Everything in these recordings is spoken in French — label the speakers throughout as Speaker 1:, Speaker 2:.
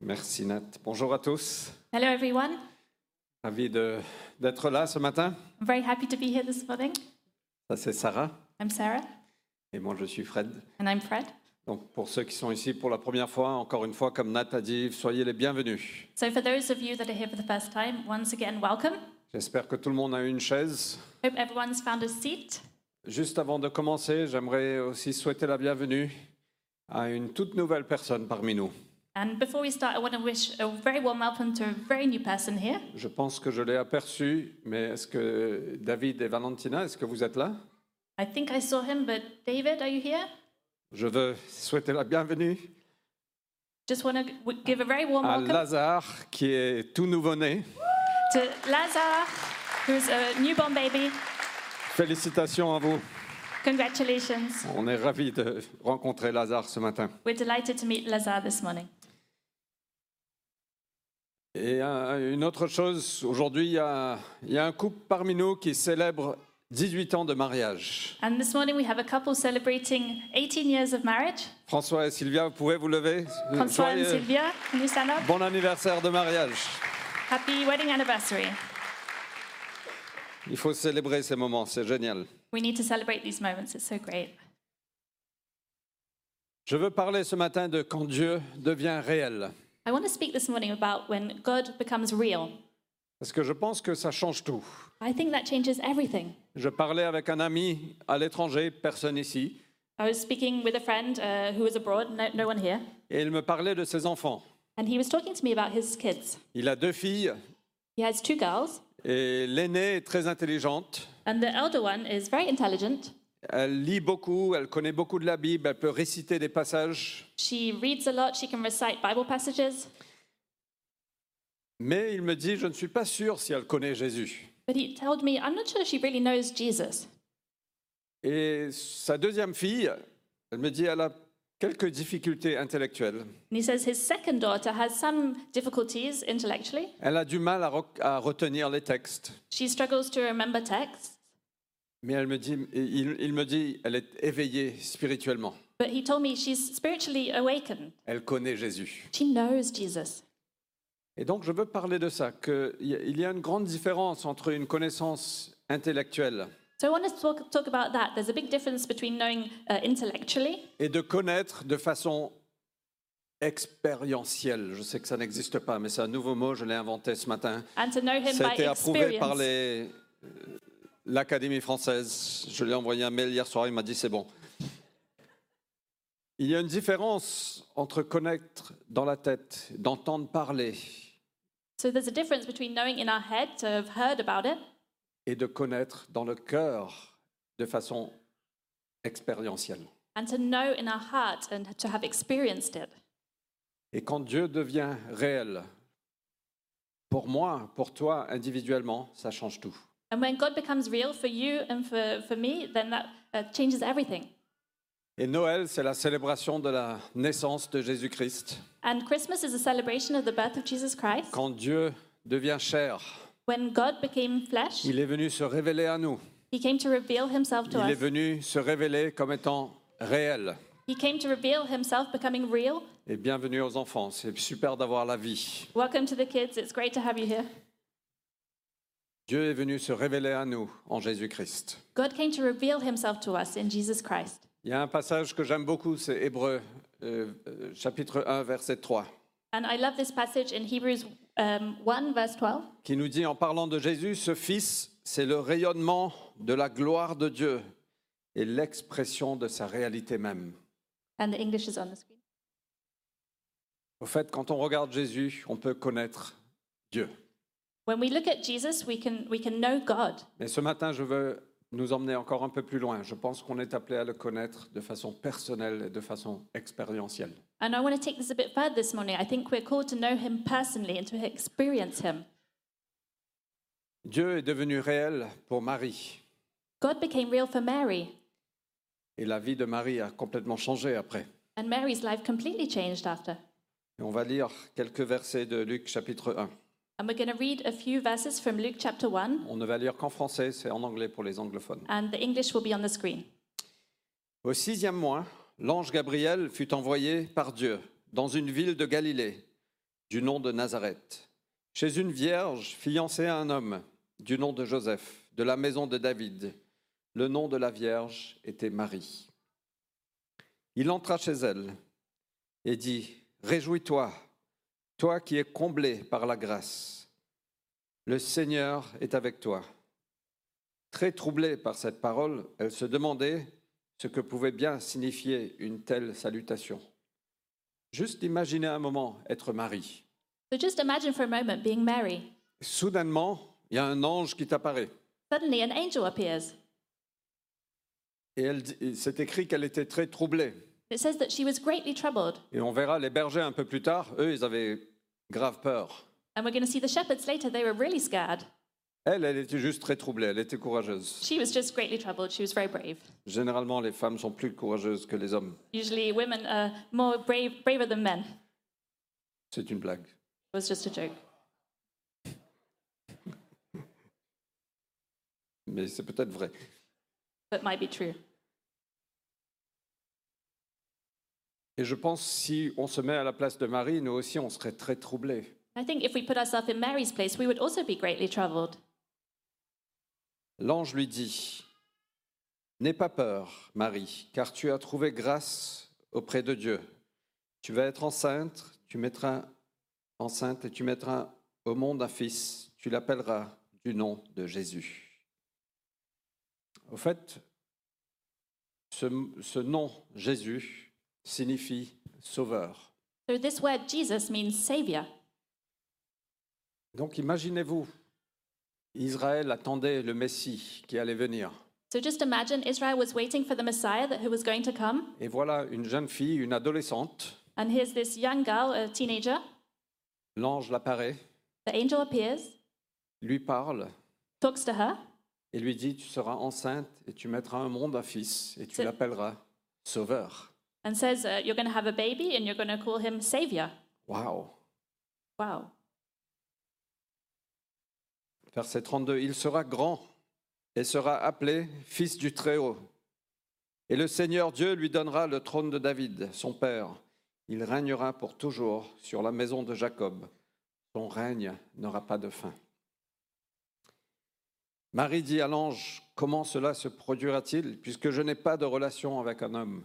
Speaker 1: Merci Nat. Bonjour à tous.
Speaker 2: Hello, everyone.
Speaker 1: Ravi de- d'être là ce matin.
Speaker 2: I'm very happy to be here this morning.
Speaker 1: Ça c'est Sarah
Speaker 2: I'm Sarah,
Speaker 1: et moi je suis Fred.
Speaker 2: and I'm Fred.
Speaker 1: Donc pour ceux qui sont ici pour la première fois, encore une fois comme Nat a dit, soyez les bienvenus.
Speaker 2: So, for those of you that are here for the first time, once again, welcome.
Speaker 1: J'espère que tout le monde a une chaise.
Speaker 2: Hope everyone's found a seat.
Speaker 1: Juste avant de commencer, j'aimerais aussi souhaiter la bienvenue à une toute nouvelle personne parmi nous.
Speaker 2: And before we start, I want to wish a very warm welcome to a very new person here.
Speaker 1: Je pense que je l'ai aperçu, mais est-ce que David et Valentina, est-ce que vous êtes là
Speaker 2: I think I saw him, but David, are you here?
Speaker 1: Je veux souhaiter la bienvenue
Speaker 2: Just want to w- give a very warm
Speaker 1: à
Speaker 2: welcome
Speaker 1: Lazare qui est tout nouveau-né.
Speaker 2: to Lazar, who's a newborn baby.
Speaker 1: Félicitations à vous.
Speaker 2: Congratulations.
Speaker 1: On est ravis de rencontrer Lazare ce matin.
Speaker 2: We're delighted to meet Lazar this morning.
Speaker 1: Et euh, une autre chose, aujourd'hui, il y, a- il y a un couple parmi nous qui célèbre 18 ans de mariage.
Speaker 2: And this morning, we have a couple celebrating 18 years of marriage.
Speaker 1: François et Sylvia, vous pouvez vous lever
Speaker 2: Francois and
Speaker 1: Mm, Joyeux-
Speaker 2: Sylvia, can you stand up?
Speaker 1: Bon anniversaire de mariage.
Speaker 2: Happy wedding anniversary.
Speaker 1: Il faut célébrer ces moments, c'est génial.
Speaker 2: We need to celebrate these moments. It's so great.
Speaker 1: Je veux parler ce matin de quand Dieu devient réel.
Speaker 2: I want to speak this morning about when God becomes real.
Speaker 1: Parce que je pense que ça change tout.
Speaker 2: I think that changes everything.
Speaker 1: Je parlais avec un ami à l'étranger, personne ici,
Speaker 2: I was speaking with a friend uh, who was abroad, no, no one here,
Speaker 1: et il me parlait de ses enfants.
Speaker 2: and he was talking to me about his kids.
Speaker 1: Il a deux filles,
Speaker 2: He has two girls,
Speaker 1: et l'aînée est très intelligente.
Speaker 2: and the elder one is very intelligent.
Speaker 1: Elle lit beaucoup, elle connaît beaucoup de la Bible, elle peut réciter des passages.
Speaker 2: She reads a lot, she can recite Bible passages,
Speaker 1: Mais il me dit, je ne suis pas sûr si elle connaît Jésus.
Speaker 2: but he told me, I'm not sure she really knows Jesus.
Speaker 1: Et sa deuxième fille, elle me dit, elle a quelques difficultés intellectuelles.
Speaker 2: And he says his second daughter has some difficulties intellectually.
Speaker 1: Elle a du mal à, rec- à retenir les textes.
Speaker 2: She struggles to remember texts.
Speaker 1: Mais elle me dit, il, il me dit, elle est éveillée spirituellement.
Speaker 2: But he told me she's spiritually awakened.
Speaker 1: Elle connaît Jésus.
Speaker 2: She knows Jesus.
Speaker 1: Et donc je veux parler de ça, qu'il y a une grande différence entre une connaissance intellectuelle
Speaker 2: So I want to talk, talk about that. There's a big difference between knowing uh, intellectually
Speaker 1: et de connaître de façon expérientielle. Je sais que ça n'existe pas, mais c'est un nouveau mot, je l'ai inventé ce matin.
Speaker 2: and to know him
Speaker 1: Ça a
Speaker 2: by
Speaker 1: été approuvé par
Speaker 2: experience.
Speaker 1: les- euh, l'Académie française. Je lui ai envoyé un mail hier soir, il m'a dit c'est bon. Il y a une différence entre connaître dans la tête, d'entendre parler
Speaker 2: So there's a difference between knowing in our head to have heard about it
Speaker 1: et de connaître dans le cœur de façon expérientielle.
Speaker 2: and to know in our heart and to have experienced it.
Speaker 1: Et quand Dieu devient réel, pour moi, pour toi individuellement, ça change tout.
Speaker 2: And when God becomes real for you and for, for me, then that uh, changes everything.
Speaker 1: Et Noël, c'est la célébration de la naissance de Jésus-Christ.
Speaker 2: And Christmas is a celebration of the birth of Jesus Christ.
Speaker 1: Quand Dieu devient chair,
Speaker 2: When God became flesh,
Speaker 1: Il est venu se révéler à nous.
Speaker 2: he came to reveal himself to
Speaker 1: Il est
Speaker 2: us.
Speaker 1: venu se révéler comme étant réel.
Speaker 2: He came to reveal himself, becoming real.
Speaker 1: Et bienvenue aux enfants. C'est super d'avoir la vie.
Speaker 2: Welcome to the kids. It's great to have you here.
Speaker 1: Dieu est venu se révéler à nous en Jésus-Christ.
Speaker 2: God came to reveal himself to us in Jesus Christ.
Speaker 1: Il y a un passage que j'aime beaucoup, c'est Hébreu, euh, euh, chapitre 1, verset 3,
Speaker 2: And I love this passage in Hebrews um, 1, verse 12.
Speaker 1: qui nous dit en parlant de Jésus, ce Fils, c'est le rayonnement de la gloire de Dieu et l'expression de sa réalité même.
Speaker 2: And the English is on the screen.
Speaker 1: Au fait, quand on regarde Jésus, on peut connaître Dieu.
Speaker 2: When we look at Jesus, we can, we can know God.
Speaker 1: Mais ce matin, je veux nous emmener encore un peu plus loin. Je pense qu'on est appelé à le connaître de façon personnelle et de façon expérientielle.
Speaker 2: And I want to take this a bit further this morning. I think we're called to know him personally and to experience him.
Speaker 1: Dieu est devenu réel pour Marie
Speaker 2: God became real for Mary,
Speaker 1: et la vie de Marie a complètement changé après.
Speaker 2: and Mary's life completely changed after.
Speaker 1: Et on va lire quelques versets de Luc chapitre 1.
Speaker 2: And we're going to read a few verses from Luke chapter 1,
Speaker 1: On ne va lire qu'en français, c'est en anglais pour les anglophones.
Speaker 2: and the English will be on the screen.
Speaker 1: Au sixième mois, l'ange Gabriel fut envoyé par Dieu dans une ville de Galilée, du nom de Nazareth, chez une vierge fiancée à un homme du nom de Joseph, de la maison de David. Le nom de la vierge était Marie. Il entra chez elle et dit, Réjouis-toi, toi qui es comblé par la grâce. Le Seigneur est avec toi. Très troublée par cette parole, elle se demandait ce que pouvait bien signifier une telle salutation. Juste imaginez un moment être Marie.
Speaker 2: So just imagine for a moment being Mary.
Speaker 1: Soudainement, il y a un ange qui t'apparaît.
Speaker 2: Suddenly an angel appears.
Speaker 1: Et elle, dit- il s'est écrit qu'elle était très troublée.
Speaker 2: It says that she was greatly troubled.
Speaker 1: Et on verra les bergers un peu plus tard, eux, ils avaient grave peur.
Speaker 2: And we're going to see the shepherds later, they were really scared.
Speaker 1: Elle, elle était juste très troublée, elle était courageuse.
Speaker 2: She was just greatly troubled. She was very brave.
Speaker 1: Généralement, les femmes sont plus courageuses que les hommes.
Speaker 2: Usually women are more brave, braver than men. It
Speaker 1: C'est une blague.
Speaker 2: was just a joke.
Speaker 1: Mais c'est peut-être vrai.
Speaker 2: but might be true.
Speaker 1: Et je pense si on se met à la place de Marie, nous aussi, on serait très troublés.
Speaker 2: I think if we put ourselves in Mary's place, we would also be greatly troubled.
Speaker 1: L'ange lui dit, N'aie pas peur, Marie, car tu as trouvé grâce auprès de Dieu. Tu vas être enceinte, tu mettras enceinte et tu mettras au monde un fils, tu l'appelleras du nom de Jésus. Au fait, ce, ce nom Jésus signifie sauveur.
Speaker 2: So this word Jesus means savior.
Speaker 1: Donc imaginez-vous, Israël attendait le Messie qui allait venir.
Speaker 2: So just imagine Israel was waiting for the Messiah that who was going to come,
Speaker 1: Et voilà une jeune fille, une adolescente,
Speaker 2: and here's this young girl, a teenager.
Speaker 1: L'ange l'apparaît,
Speaker 2: The angel appears,
Speaker 1: lui parle
Speaker 2: talks to her,
Speaker 1: et lui dit Tu seras enceinte et tu mettras un monde un fils et tu
Speaker 2: C'est-
Speaker 1: l'appelleras Sauveur.
Speaker 2: and says, uh, "You're going to have a baby, and you're going to call him Savior."
Speaker 1: Waouh
Speaker 2: Wow.
Speaker 1: Verset 32 Il sera grand et sera appelé Fils du Très-Haut. Et le Seigneur Dieu lui donnera le trône de David, son père. Il régnera pour toujours sur la maison de Jacob. Son règne n'aura pas de fin. Marie dit à l'ange Comment cela se produira-t-il, puisque je n'ai pas de relation avec un homme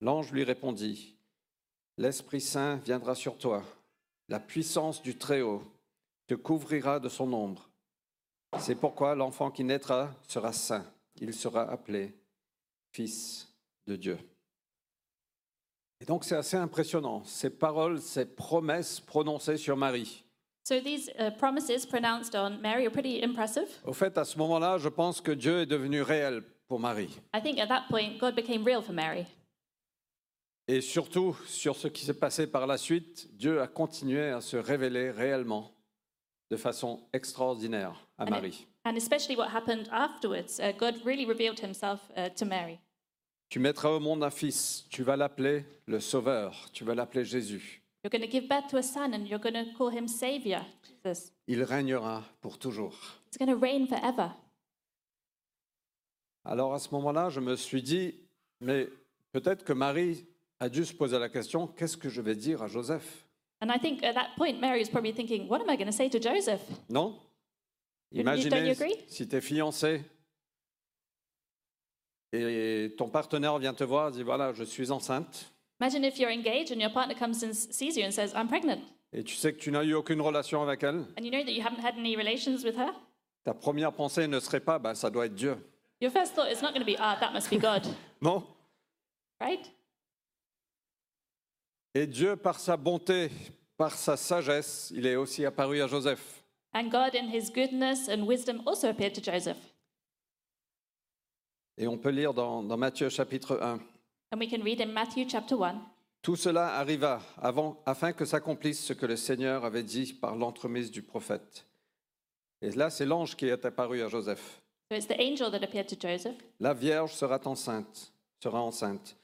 Speaker 1: L'ange lui répondit L'Esprit Saint viendra sur toi, la puissance du Très-Haut te couvrira de son ombre. C'est pourquoi l'enfant qui naîtra sera saint. Il sera appelé Fils de Dieu. Et donc c'est assez impressionnant, ces paroles, ces promesses prononcées sur Marie.
Speaker 2: So these uh, promises pronounced on Mary are pretty impressive.
Speaker 1: Au fait, à ce moment-là, je pense que Dieu est devenu réel pour Marie.
Speaker 2: I think at that point God became real for Mary,
Speaker 1: Et surtout, sur ce qui s'est passé par la suite, Dieu a continué à se révéler réellement de façon extraordinaire à
Speaker 2: and, it-
Speaker 1: Marie.
Speaker 2: and especially what happened afterwards. Uh, God really revealed Himself uh, to Mary.
Speaker 1: Tu mettras au monde un fils, tu vas l'appeler le Sauveur, tu vas l'appeler Jésus.
Speaker 2: You're going to give birth to a son and you're going to call him Savior, Jesus.
Speaker 1: Il régnera pour toujours.
Speaker 2: He's going to reign forever.
Speaker 1: Alors à ce moment-là, je me suis dit, mais peut-être que Marie a dû se poser la question, qu'est-ce que je vais dire à Joseph
Speaker 2: And I think at that point, Mary was probably thinking, what am I going to say to Joseph?
Speaker 1: Non
Speaker 2: You- you- don't you
Speaker 1: Imaginez
Speaker 2: agree
Speaker 1: si tu es fiancé et ton partenaire vient te voir et dit, voilà, je suis enceinte
Speaker 2: Imagine if you're engaged and your partner comes and s- sees you and says, I'm pregnant.
Speaker 1: et tu sais que tu n'as eu aucune relation avec elle.
Speaker 2: And you know that you haven't had any relations with her.
Speaker 1: Ta première pensée ne serait pas, bah, ça doit être Dieu.
Speaker 2: Your first thought is not going to be, ah, that must be God,
Speaker 1: Non
Speaker 2: right?
Speaker 1: Et Dieu, par sa bonté, par sa sagesse, il est aussi apparu à Joseph.
Speaker 2: And God, in his goodness and wisdom, also appeared to Joseph.
Speaker 1: Et on peut lire dans, dans Matthieu chapitre 1.
Speaker 2: And we can read in Matthew chapter 1
Speaker 1: Tout cela arriva avant, afin que s'accomplisse ce que le Seigneur avait dit par l'entremise du prophète. Et là, c'est l'ange qui est apparu à Joseph.
Speaker 2: So it's the angel that appeared to Joseph.
Speaker 1: La Vierge sera enceinte, sera enceinte.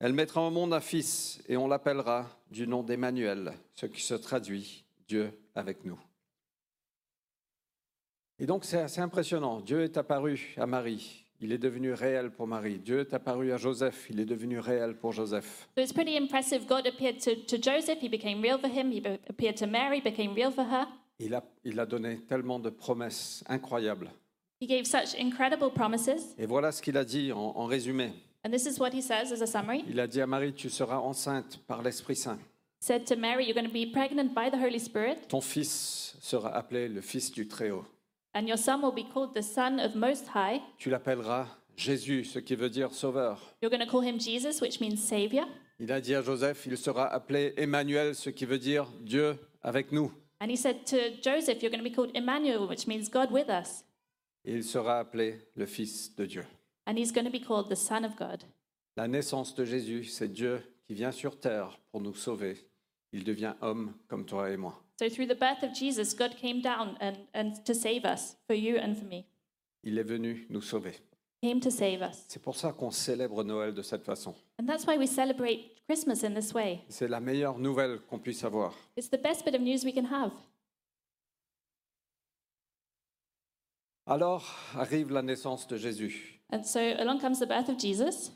Speaker 1: Elle mettra au monde un fils et on l'appellera du nom d'Emmanuel, ce qui se traduit Dieu avec nous. Et donc c'est assez impressionnant. Dieu est apparu à Marie. Il est devenu réel pour Marie. Dieu est apparu à Joseph. Il est devenu réel pour Joseph.
Speaker 2: So it's pretty impressive. God appeared to, to Joseph, he became real for him. He be- appeared to Mary, became real for her.
Speaker 1: Il a, il a donné tellement de promesses incroyables.
Speaker 2: He gave such incredible promises.
Speaker 1: Et voilà ce qu'il a dit en, en résumé.
Speaker 2: And this is what he says as a summary. He
Speaker 1: Il a dit à Marie, tu seras enceinte par l'Esprit Saint.
Speaker 2: said to Mary, You're going to be pregnant by the Holy Spirit,
Speaker 1: Ton fils sera appelé le Fils du Très-Haut.
Speaker 2: and your son will be called the Son of Most High.
Speaker 1: Tu l'appelleras Jésus, ce qui veut dire Sauveur.
Speaker 2: You're going to call him Jesus, which means Savior.
Speaker 1: Il a dit à Joseph, il sera appelé Emmanuel, ce qui veut dire Dieu avec nous.
Speaker 2: And he said to Joseph, You're going to be called Emmanuel, which means God with us.
Speaker 1: Et il sera appelé le Fils de Dieu.
Speaker 2: And he's going to be called the Son of God.
Speaker 1: La naissance de Jésus, c'est Dieu qui vient sur terre pour nous sauver. Il devient homme comme toi et moi.
Speaker 2: So through the birth of Jesus, God came down and, and to save us, for you and for me.
Speaker 1: Il est venu nous sauver.
Speaker 2: He came to save us.
Speaker 1: C'est pour ça qu'on célèbre Noël de cette façon.
Speaker 2: And that's why we celebrate Christmas in this way.
Speaker 1: C'est la meilleure nouvelle qu'on puisse avoir.
Speaker 2: It's the best bit of news we can have.
Speaker 1: Alors arrive la naissance de Jésus.
Speaker 2: And so along comes the birth of Jesus,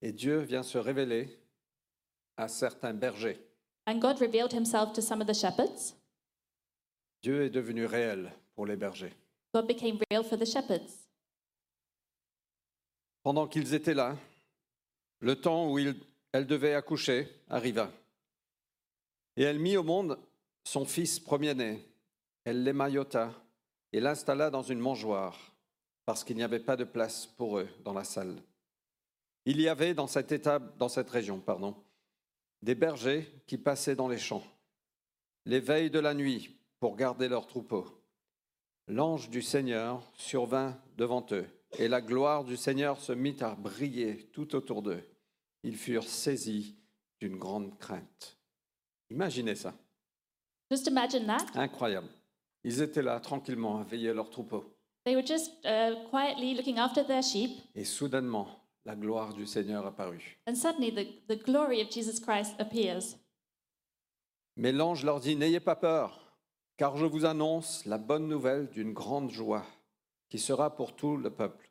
Speaker 1: Et Dieu vient se révéler à certains bergers.
Speaker 2: and God revealed himself to some of the shepherds.
Speaker 1: Dieu est devenu réel pour les bergers.
Speaker 2: God became real for the shepherds.
Speaker 1: Pendant qu'ils étaient là, le temps où il- elle devait accoucher arriva. Et elle mit au monde son fils premier-né. Elle l'émaillota et l'installa dans une mangeoire, parce qu'il n'y avait pas de place pour eux dans la salle. Il y avait dans cette étable, dans cette région, pardon, des bergers qui passaient dans les champs, les veilles de la nuit, pour garder leurs troupeaux. L'ange du Seigneur survint devant eux, et la gloire du Seigneur se mit à briller tout autour d'eux. Ils furent saisis d'une grande crainte. Imaginez ça,
Speaker 2: Just imagine that.
Speaker 1: incroyable. Ils étaient là tranquillement à veiller leurs troupeaux,
Speaker 2: They were just uh, quietly looking after their sheep,
Speaker 1: et soudainement, la gloire du Seigneur apparut.
Speaker 2: and suddenly the, the glory of Jesus Christ appears.
Speaker 1: Mais l'ange leur dit, N'ayez pas peur, car je vous annonce la bonne nouvelle d'une grande joie, qui sera pour tout le peuple.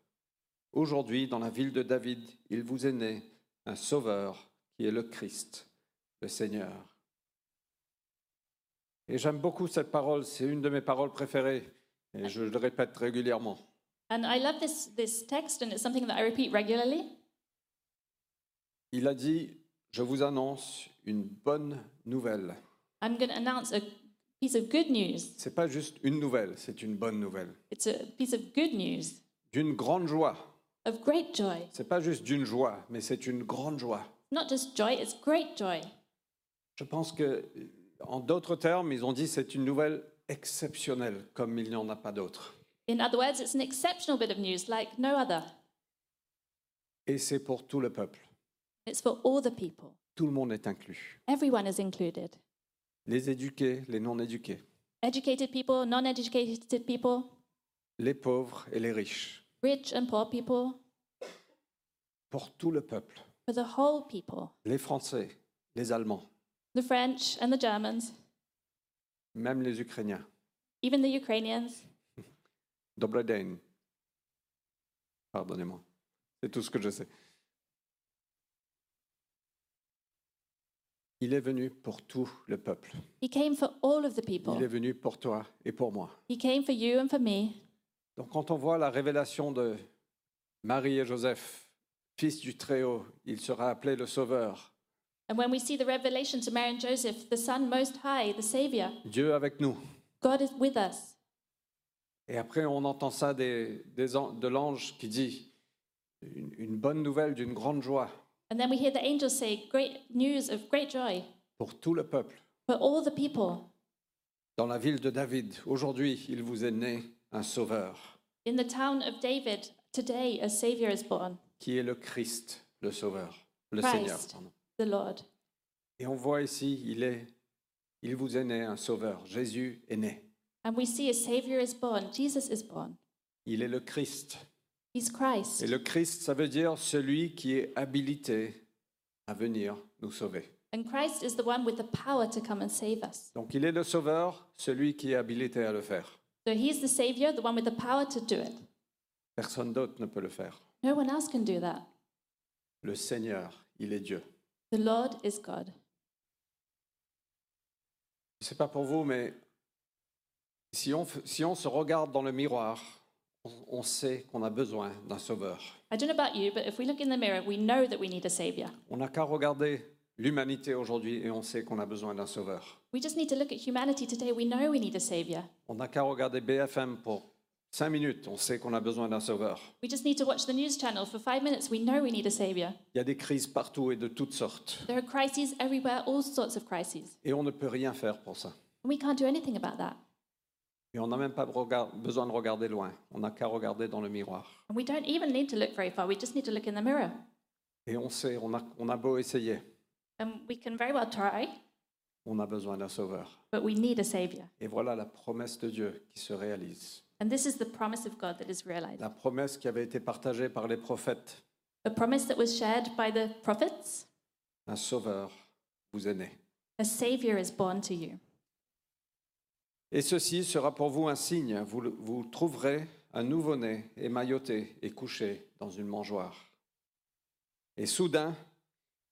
Speaker 1: Aujourd'hui, dans la ville de David, il vous est né un sauveur, qui est le Christ, le Seigneur. Et j'aime beaucoup cette parole, c'est une de mes paroles préférées, et je le répète régulièrement.
Speaker 2: And I love this, this text, and it's something that I repeat regularly.
Speaker 1: Il a dit, Je vous annonce une bonne nouvelle.
Speaker 2: I'm going to announce a piece of good news.
Speaker 1: C'est pas juste une nouvelle, c'est une bonne nouvelle.
Speaker 2: It's a piece of good news,
Speaker 1: D'une grande joie.
Speaker 2: of great joy.
Speaker 1: C'est pas juste d'une joie, mais c'est une grande joie.
Speaker 2: Not just joy, it's great joy.
Speaker 1: Je pense que, en d'autres termes, ils ont dit c'est une nouvelle exceptionnelle, comme il n'y en a pas d'autre.
Speaker 2: In other words, it's an exceptional bit of news like no other.
Speaker 1: Et c'est pour tout le peuple.
Speaker 2: It's for all the people.
Speaker 1: Tout le monde est inclus.
Speaker 2: Everyone is included.
Speaker 1: Les éduqués, les non éduqués,
Speaker 2: Educated people, non educated people,
Speaker 1: les pauvres et les riches.
Speaker 2: rich and poor people,
Speaker 1: Pour tout le peuple.
Speaker 2: for the whole people.
Speaker 1: Les Français, les Allemands,
Speaker 2: the French and the Germans,
Speaker 1: même les Ukrainiens.
Speaker 2: even the Ukrainians.
Speaker 1: Dobry dzień. Pardonnez-moi. C'est tout ce que je sais. Il est venu pour tout le peuple.
Speaker 2: He came for all of the
Speaker 1: Il est
Speaker 2: people.
Speaker 1: venu pour toi et pour moi.
Speaker 2: He came for you and for me.
Speaker 1: Donc quand on voit la révélation de Marie et Joseph, fils du Très-Haut, il sera appelé le Sauveur,
Speaker 2: And when we see the revelation to Mary and Joseph, the Son Most High, the Savior,
Speaker 1: Dieu avec nous.
Speaker 2: God is with us.
Speaker 1: Et après on entend ça des, des an- de l'ange qui dit une, une bonne nouvelle d'une grande joie
Speaker 2: And then we hear the angels say, Great news of great joy
Speaker 1: pour tout le peuple.
Speaker 2: for all the people.
Speaker 1: Dans la ville de David, aujourd'hui il vous est né un Sauveur,
Speaker 2: In the town of David, today a Savior is born,
Speaker 1: qui est le Christ, le Sauveur, le
Speaker 2: Christ.
Speaker 1: Seigneur. pardon.
Speaker 2: the Lord.
Speaker 1: Et on voit ici, il est, il vous est né un Sauveur. Jésus est né.
Speaker 2: And we see a Savior is born. Jesus is born.
Speaker 1: Il est le Christ.
Speaker 2: He's
Speaker 1: Et
Speaker 2: Christ.
Speaker 1: le Christ, ça veut dire celui qui est habilité à venir nous sauver.
Speaker 2: And Christ is the one with the power to come and save us.
Speaker 1: Donc il est le sauveur, celui qui est habilité à le faire.
Speaker 2: So he's the Savior, the one with the power to do it.
Speaker 1: Personne d'autre ne peut le faire.
Speaker 2: No one else can do that.
Speaker 1: Le Seigneur, il est Dieu.
Speaker 2: The Lord is God.
Speaker 1: Je ne sais pas pour vous, mais si on, f- si on se regarde dans le miroir, on, on sait qu'on a besoin d'un sauveur.
Speaker 2: I don't know about you, but if we look in the mirror, we know that we need a savior.
Speaker 1: On n'a qu'à regarder l'humanité aujourd'hui et on sait qu'on a besoin d'un sauveur.
Speaker 2: We just need to look at humanity today. We know we need a savior.
Speaker 1: On n'a qu'à regarder BFM pour cinq minutes, on sait qu'on a besoin d'un sauveur.
Speaker 2: We just need to watch the news channel for five minutes. We know we need a savior.
Speaker 1: Il y a des crises partout et de toutes sortes.
Speaker 2: There are crises everywhere, all sorts of crises.
Speaker 1: Et on ne peut rien faire pour ça.
Speaker 2: And we can't do anything about that.
Speaker 1: Et on n'a même pas regard- besoin de regarder loin. On n'a qu'à regarder dans le miroir.
Speaker 2: And we don't even need to look very far. We just need to look in the mirror.
Speaker 1: Et on sait, on a, on a beau essayer,
Speaker 2: And we can very well try,
Speaker 1: on a besoin d'un sauveur.
Speaker 2: but we need a savior.
Speaker 1: Et voilà la promesse de Dieu qui se réalise.
Speaker 2: And this is the promise of God that is realized.
Speaker 1: La promesse qui avait été partagée par les prophètes.
Speaker 2: A promise that was shared by the prophets.
Speaker 1: Un sauveur vous est né.
Speaker 2: A savior is born to you.
Speaker 1: Et ceci sera pour vous un signe. Vous, le- vous trouverez un nouveau-né émailloté et couché dans une mangeoire. Et soudain,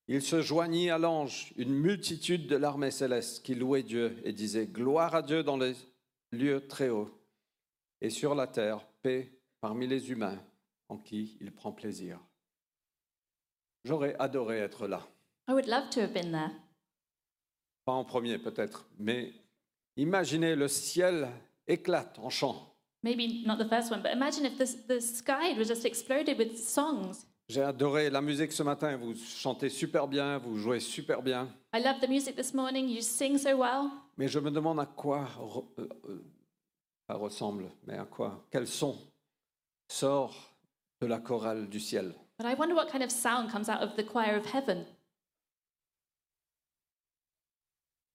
Speaker 1: il se joignit à l'ange une multitude de l'armée céleste qui louait Dieu et disait Gloire à Dieu dans les lieux très hauts et sur la terre, paix parmi les humains en qui il prend plaisir. J'aurais adoré être là.
Speaker 2: I would love to have been there.
Speaker 1: pas en premier peut-être, mais imaginez le ciel éclate en chants.
Speaker 2: Maybe not the first one, but imagine if this, the sky was just exploded with songs.
Speaker 1: J'ai adoré la musique ce matin, vous chantez super bien, vous jouez super bien,
Speaker 2: I love the music this morning. You sing so well.
Speaker 1: mais je me demande à quoi, re- euh, euh, pas ressemble, mais à quoi, quel son sort de la chorale du ciel.
Speaker 2: But I wonder what kind of sound comes out of the choir of heaven.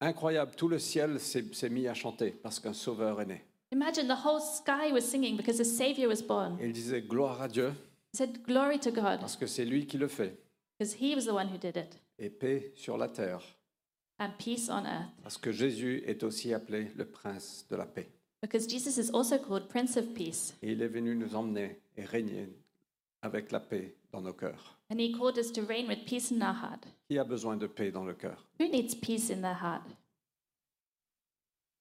Speaker 1: Incroyable, tout le ciel s'est s'est mis à chanter parce qu'un sauveur est né.
Speaker 2: Imagine the whole sky was singing because a savior was born.
Speaker 1: Et il disait gloire à Dieu
Speaker 2: It said, Glory to God,
Speaker 1: parce que c'est lui qui le fait,
Speaker 2: because he was the one who did it,
Speaker 1: et paix sur la terre
Speaker 2: and peace on earth,
Speaker 1: parce que Jésus est aussi appelé le prince de la paix.
Speaker 2: because Jesus is also called Prince of Peace,
Speaker 1: Et il est venu nous emmener et régner avec la paix dans nos cœurs.
Speaker 2: and he called us to reign with peace in our heart.
Speaker 1: Qui a besoin de paix dans le cœur
Speaker 2: Who needs peace in their heart?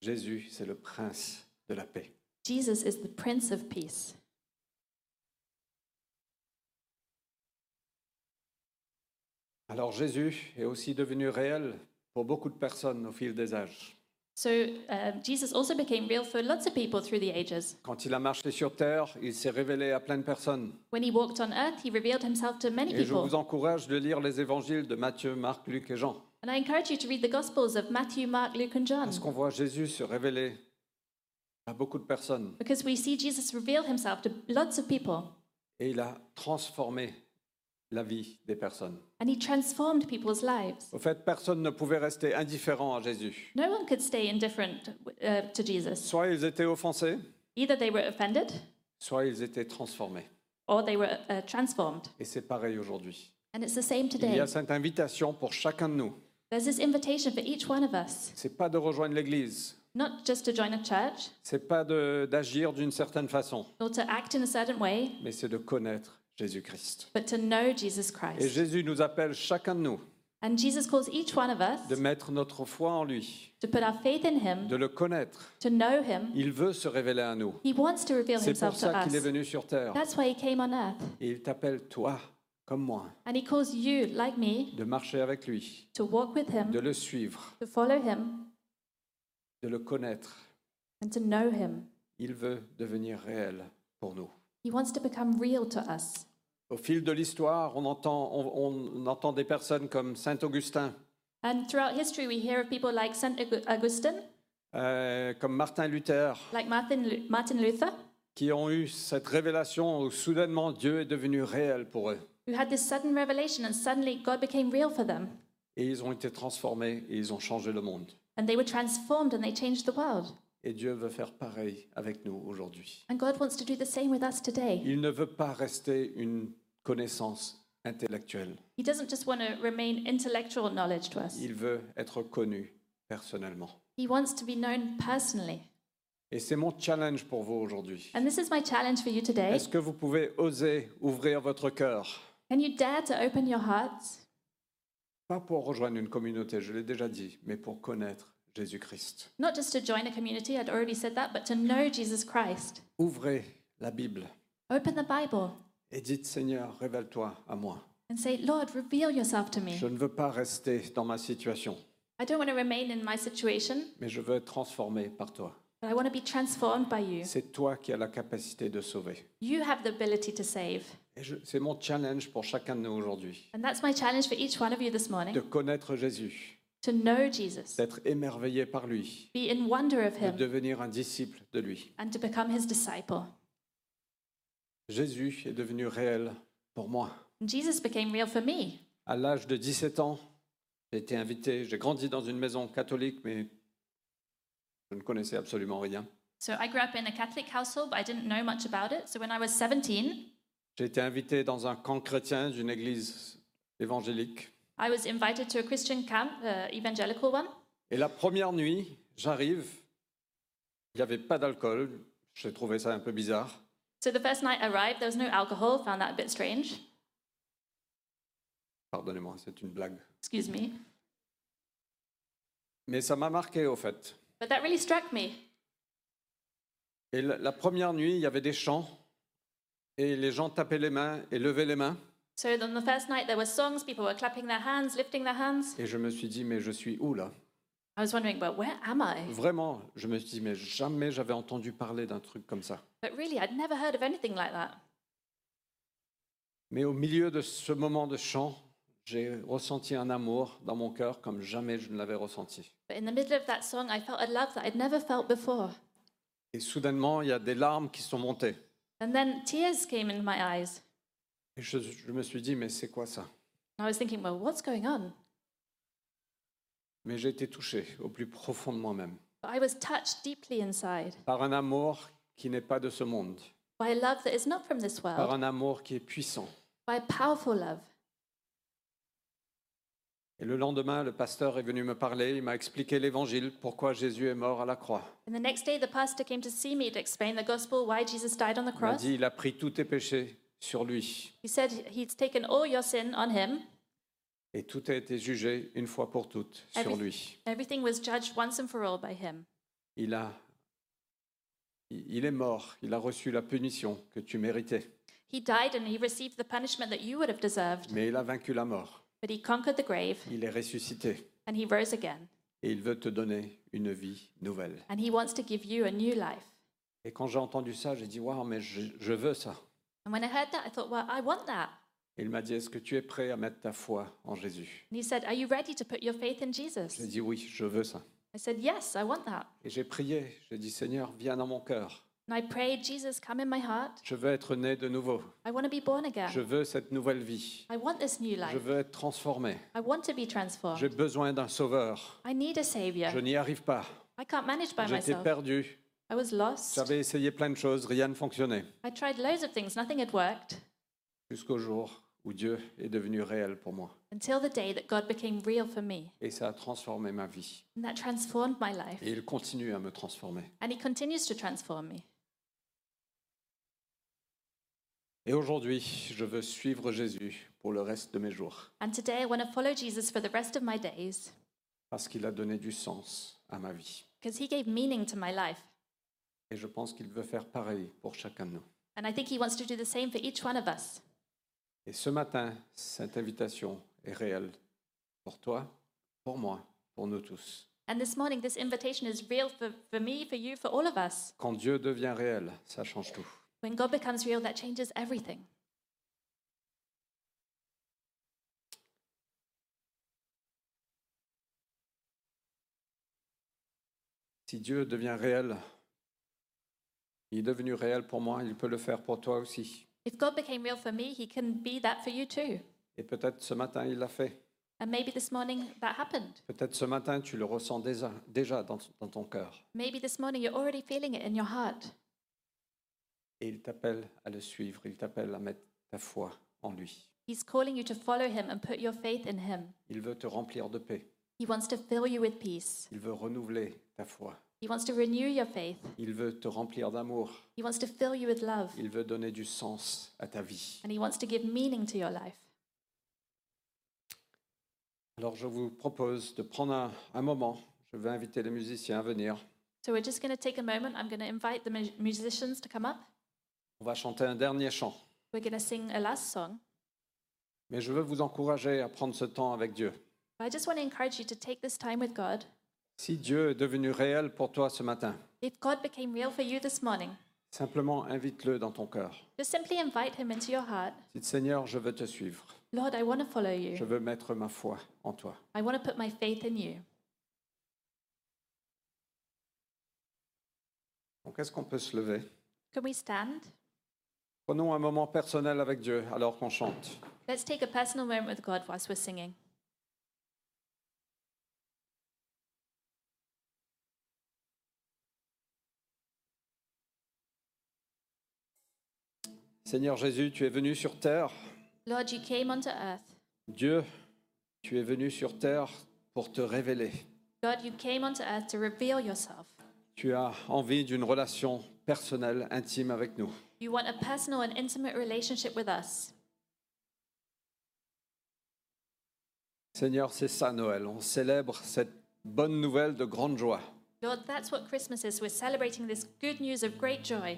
Speaker 1: Jésus, c'est le prince de la paix.
Speaker 2: Jesus is the Prince of Peace.
Speaker 1: Alors Jésus est aussi devenu réel pour beaucoup de personnes au fil des âges.
Speaker 2: So um, Jesus also became real for lots of people through the ages.
Speaker 1: Quand il a marché sur terre, il s'est révélé à plein de personnes.
Speaker 2: When he walked on earth, he revealed himself to many
Speaker 1: Et je vous
Speaker 2: people.
Speaker 1: encourage de lire les évangiles de Matthieu, Marc, Luc et Jean.
Speaker 2: And I encourage you to read the Gospels of Matthew, Mark, Luke, and John,
Speaker 1: Parce qu'on voit Jésus se révéler à beaucoup de personnes.
Speaker 2: because we see Jesus reveal himself to lots of people,
Speaker 1: Et il a transformé la vie des personnes.
Speaker 2: and he transformed people's lives.
Speaker 1: Au fait, personne ne pouvait rester indifférent à Jésus.
Speaker 2: No one could stay indifferent uh, to Jesus.
Speaker 1: Soit ils étaient offensés,
Speaker 2: Either they were offended
Speaker 1: soit ils étaient transformés.
Speaker 2: or they were uh, transformed.
Speaker 1: Et c'est pareil aujourd'hui.
Speaker 2: And it's the same
Speaker 1: Il y
Speaker 2: today.
Speaker 1: a cette invitation pour chacun de nous.
Speaker 2: There's this invitation for each one of us,
Speaker 1: C'est pas de rejoindre l'Église,
Speaker 2: not just to join a church
Speaker 1: c'est pas de- d'agir d'une certaine façon,
Speaker 2: or to act in a certain way,
Speaker 1: mais c'est de connaître Jésus-Christ.
Speaker 2: but to know Jesus
Speaker 1: Et
Speaker 2: Christ.
Speaker 1: Jésus nous appelle chacun de nous
Speaker 2: And Jesus calls each one of us
Speaker 1: de mettre notre foi en lui,
Speaker 2: to put our faith in him,
Speaker 1: de le connaître.
Speaker 2: to know him.
Speaker 1: Il veut se révéler à nous.
Speaker 2: He wants to reveal
Speaker 1: C'est pour
Speaker 2: himself to
Speaker 1: ça qu'il est
Speaker 2: us.
Speaker 1: venu sur terre.
Speaker 2: That's why he came on earth.
Speaker 1: Et il t'appelle toi, comme moi,
Speaker 2: And he calls you, like me,
Speaker 1: de marcher avec lui,
Speaker 2: to walk with him,
Speaker 1: de le suivre,
Speaker 2: to follow him,
Speaker 1: de le connaître.
Speaker 2: and to know him.
Speaker 1: Il veut devenir réel pour nous.
Speaker 2: He wants to become real to us.
Speaker 1: Au fil de l'histoire, on entend, on, on entend des personnes comme Saint Augustin,
Speaker 2: And throughout history, we hear of people like Saint Agu- Augustine,
Speaker 1: euh, comme Martin Luther,
Speaker 2: like Martin, Lu- Martin Luther,
Speaker 1: qui ont eu cette révélation où soudainement Dieu est devenu réel pour eux.
Speaker 2: who had this sudden revelation, and suddenly God became real for them.
Speaker 1: Et ils ont été transformés et ils ont changé le monde.
Speaker 2: And they were transformed and they changed the world.
Speaker 1: Et Dieu veut faire pareil avec nous aujourd'hui.
Speaker 2: And God wants to do the same with us today.
Speaker 1: Il ne veut pas rester une connaissance intellectuelle.
Speaker 2: He doesn't just want to remain intellectual knowledge to us,
Speaker 1: Il veut être connu personnellement.
Speaker 2: He wants to be known personally.
Speaker 1: Et c'est mon challenge pour vous aujourd'hui.
Speaker 2: And this is my challenge for you today.
Speaker 1: Est-ce que vous pouvez oser ouvrir votre cœur
Speaker 2: Can you dare to open your hearts?
Speaker 1: Pas pour rejoindre une communauté, je l'ai déjà dit, mais pour connaître Jésus-Christ.
Speaker 2: Not just to join a community, I'd already said that, but to know Jesus Christ.
Speaker 1: Ouvrez la Bible
Speaker 2: Open the Bible
Speaker 1: et dites Seigneur, révèle-toi à moi.
Speaker 2: and say, Lord, reveal yourself to me.
Speaker 1: Je ne veux pas rester dans ma situation,
Speaker 2: I don't want to remain in my situation,
Speaker 1: mais je veux être transformé par toi.
Speaker 2: but I want to be transformed by you.
Speaker 1: C'est toi qui as la capacité de sauver.
Speaker 2: You have the ability to save.
Speaker 1: Et je- c'est mon challenge pour chacun de nous aujourd'hui,
Speaker 2: And that's my challenge for each one of you this morning
Speaker 1: de connaître Jésus,
Speaker 2: to know Jesus,
Speaker 1: d'être émerveillé par lui,
Speaker 2: be in wonder of
Speaker 1: de
Speaker 2: him,
Speaker 1: devenir un disciple de lui.
Speaker 2: and to become his disciple.
Speaker 1: Jésus est devenu réel pour moi.
Speaker 2: And Jesus became real for me.
Speaker 1: À l'âge de 17 ans, j'ai été invité, j'ai grandi dans une maison catholique, mais je ne connaissais absolument rien.
Speaker 2: So I grew up in a Catholic household, but I didn't know much about it. So when I was 17,
Speaker 1: J'ai été invité dans un camp chrétien d'une église évangélique.
Speaker 2: I was invited to a Christian camp, uh, evangelical one.
Speaker 1: Et la première nuit, j'arrive, il n'y avait pas d'alcool, j'ai trouvé ça un peu bizarre.
Speaker 2: So the first night I arrived, there was no alcohol. Found that a bit strange.
Speaker 1: Pardonnez-moi, c'est une blague.
Speaker 2: Excuse me.
Speaker 1: Mais ça m'a marqué au fait.
Speaker 2: But that really struck me.
Speaker 1: Et la, la première nuit, il y avait des chants, et les gens tapaient les mains et levaient les mains.
Speaker 2: So on the first night, there were songs. People were clapping their hands, lifting their hands.
Speaker 1: Et je me suis dit, mais je suis où là
Speaker 2: I was wondering, well, where am I?
Speaker 1: Vraiment, je me suis dit, mais jamais j'avais entendu parler d'un truc comme ça.
Speaker 2: But really, I'd never heard of anything like that.
Speaker 1: Mais au milieu de ce moment de chant, j'ai ressenti un amour dans mon cœur comme jamais je ne l'avais ressenti.
Speaker 2: But in the middle of that song, I felt a love that I'd never felt before.
Speaker 1: Et soudainement, il y a des larmes qui sont montées.
Speaker 2: And then tears came into my eyes.
Speaker 1: Et je, je me suis dit, mais c'est quoi ça
Speaker 2: And I was thinking, well, what's going on?
Speaker 1: Mais j'ai été touché au plus profond de moi-même
Speaker 2: But I was touched deeply inside
Speaker 1: par un amour qui n'est pas de ce monde,
Speaker 2: by a love that is not from this
Speaker 1: par
Speaker 2: world,
Speaker 1: un amour qui est puissant.
Speaker 2: by a powerful love.
Speaker 1: Et le lendemain, le pasteur est venu me parler, il m'a expliqué l'évangile, pourquoi Jésus est mort à la croix.
Speaker 2: And the next day, the pastor came to see me to explain the gospel, why Jesus died on the
Speaker 1: Il m'a
Speaker 2: cross.
Speaker 1: dit, il a pris tous tes péchés sur lui,
Speaker 2: He said he's taken all your sin on him.
Speaker 1: et tout a été jugé une fois pour toutes
Speaker 2: Ah
Speaker 1: sur
Speaker 2: oui.
Speaker 1: lui.
Speaker 2: Everything was judged once and for all by him.
Speaker 1: Il a, il il est mort, il a reçu la punition que tu méritais,
Speaker 2: He died and he received the punishment that you would have deserved,
Speaker 1: mais il a vaincu la mort,
Speaker 2: but he conquered the grave
Speaker 1: il est ressuscité,
Speaker 2: and he rose again.
Speaker 1: et il veut te donner une vie nouvelle.
Speaker 2: And he wants to give you a new life.
Speaker 1: Et quand j'ai entendu ça, j'ai dit Waouh, mais je, je veux ça.
Speaker 2: And when I heard that, I thought, well, I want that.
Speaker 1: Il m'a dit Est-ce que tu es prêt à mettre ta foi en Jésus
Speaker 2: And he said, Are you ready to put your faith in Jesus?
Speaker 1: J'ai dit Oui, je veux ça.
Speaker 2: I said, Yes, I want that.
Speaker 1: Et j'ai prié. J'ai dit Seigneur, viens dans mon cœur.
Speaker 2: And I prayed, Jesus, come in my heart.
Speaker 1: Je veux être né de nouveau.
Speaker 2: I want to be born again.
Speaker 1: Je veux cette nouvelle vie.
Speaker 2: I want this
Speaker 1: Je
Speaker 2: new life.
Speaker 1: veux être transformé.
Speaker 2: I want to be transformed.
Speaker 1: J'ai besoin d'un sauveur.
Speaker 2: I need a savior.
Speaker 1: Je n'y arrive pas.
Speaker 2: I can't manage by
Speaker 1: J'étais
Speaker 2: myself.
Speaker 1: perdu.
Speaker 2: I was lost.
Speaker 1: J'avais essayé plein de choses, rien ne fonctionnait.
Speaker 2: I tried loads of things, nothing had worked
Speaker 1: Jusqu'au jour où Dieu est devenu réel pour moi.
Speaker 2: until the day that God became real for me.
Speaker 1: Et ça a transformé ma vie.
Speaker 2: And that transformed my life.
Speaker 1: Et il continue à me transformer.
Speaker 2: And He continues to transform me.
Speaker 1: Et aujourd'hui, je veux suivre Jésus pour le reste de mes jours.
Speaker 2: And today I want to follow Jesus for the rest of my days
Speaker 1: Parce qu'il a donné du sens à ma vie.
Speaker 2: because He gave meaning to my life.
Speaker 1: Et je pense qu'il veut faire pareil pour chacun de nous.
Speaker 2: And I think He wants to do the same for each one of us.
Speaker 1: Et ce matin, cette invitation est réelle pour toi, pour moi, pour nous tous.
Speaker 2: And this morning, this invitation is real for, for me, for you, for all of us.
Speaker 1: Quand Dieu devient réel, ça change tout.
Speaker 2: When God becomes real, that changes everything.
Speaker 1: Si Dieu devient réel, il est devenu réel pour moi, il peut le faire pour toi aussi.
Speaker 2: If God became real for me, He can be that for you too.
Speaker 1: Et peut-être ce matin, il l'a fait.
Speaker 2: And maybe this morning that happened.
Speaker 1: Peut-être ce matin, tu le ressens déjà, déjà dans, dans ton cœur.
Speaker 2: Maybe this morning you're already feeling it in your heart.
Speaker 1: Et il t'appelle à le suivre, il t'appelle à mettre ta foi en lui.
Speaker 2: He's calling you to follow him and put your faith in him.
Speaker 1: Il veut te remplir de paix,
Speaker 2: He wants to fill you with peace.
Speaker 1: il veut renouveler ta foi,
Speaker 2: He wants to renew your faith.
Speaker 1: Il veut te remplir d'amour.
Speaker 2: He wants to fill you with love.
Speaker 1: Il veut donner du sens à ta vie.
Speaker 2: And He wants to give meaning to your life.
Speaker 1: Alors je vous propose de prendre un, un moment. Je vais inviter les musiciens à venir.
Speaker 2: So we're just going to take a moment. I'm going to invite the mu- musicians to come up.
Speaker 1: On va chanter un dernier chant.
Speaker 2: We're going to sing a last song.
Speaker 1: Mais je veux vous encourager à prendre ce temps avec Dieu.
Speaker 2: But I just want to encourage you to take this time with God.
Speaker 1: Si Dieu est devenu réel pour toi ce matin,
Speaker 2: If God became real for you this morning,
Speaker 1: simplement invite-le dans ton cœur.
Speaker 2: just simply invite Him into your heart.
Speaker 1: Dites Seigneur, je veux te suivre.
Speaker 2: Lord, I want to follow
Speaker 1: Je
Speaker 2: you.
Speaker 1: veux mettre ma foi en toi.
Speaker 2: I want to put my faith in you.
Speaker 1: Donc est-ce qu'on peut se lever
Speaker 2: Can we stand?
Speaker 1: Prenons un moment personnel avec Dieu alors qu'on chante.
Speaker 2: Let's take a personal moment with God whilst we're singing.
Speaker 1: Seigneur Jésus, tu es venu sur terre.
Speaker 2: Lord, you came onto earth.
Speaker 1: Dieu, tu es venu sur terre pour te révéler.
Speaker 2: God, you came onto earth to reveal yourself.
Speaker 1: Tu as envie d'une relation personnelle, intime avec nous.
Speaker 2: You want a personal and intimate relationship with us.
Speaker 1: Seigneur, c'est ça Noël. On célèbre cette bonne nouvelle de grande joie.
Speaker 2: Lord, that's what Christmas is. We're celebrating this good news of great joy.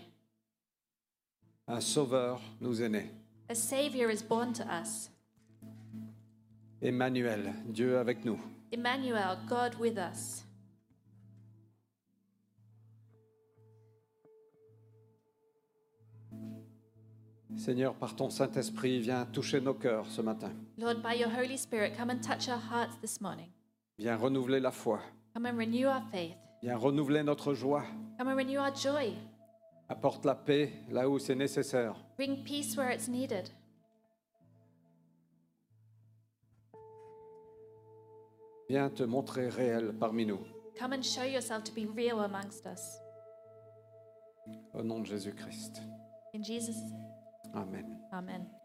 Speaker 1: Un sauveur nous est né.
Speaker 2: A Savior is born to us.
Speaker 1: Emmanuel, Dieu avec nous.
Speaker 2: Emmanuel, God with us.
Speaker 1: Seigneur, par ton Saint-Esprit, viens toucher nos cœurs ce matin.
Speaker 2: Lord, by your Holy Spirit, come and touch our hearts this morning.
Speaker 1: Viens renouveler la foi.
Speaker 2: Come and renew our faith.
Speaker 1: Viens renouveler notre joie.
Speaker 2: Come and renew our joy.
Speaker 1: Apporte la paix là où c'est nécessaire.
Speaker 2: Bring peace where it's needed.
Speaker 1: Viens te montrer réel parmi nous.
Speaker 2: Come and show yourself to be real amongst us.
Speaker 1: Au nom de Jésus-Christ.
Speaker 2: In Jesus'
Speaker 1: Amen.
Speaker 2: Amen.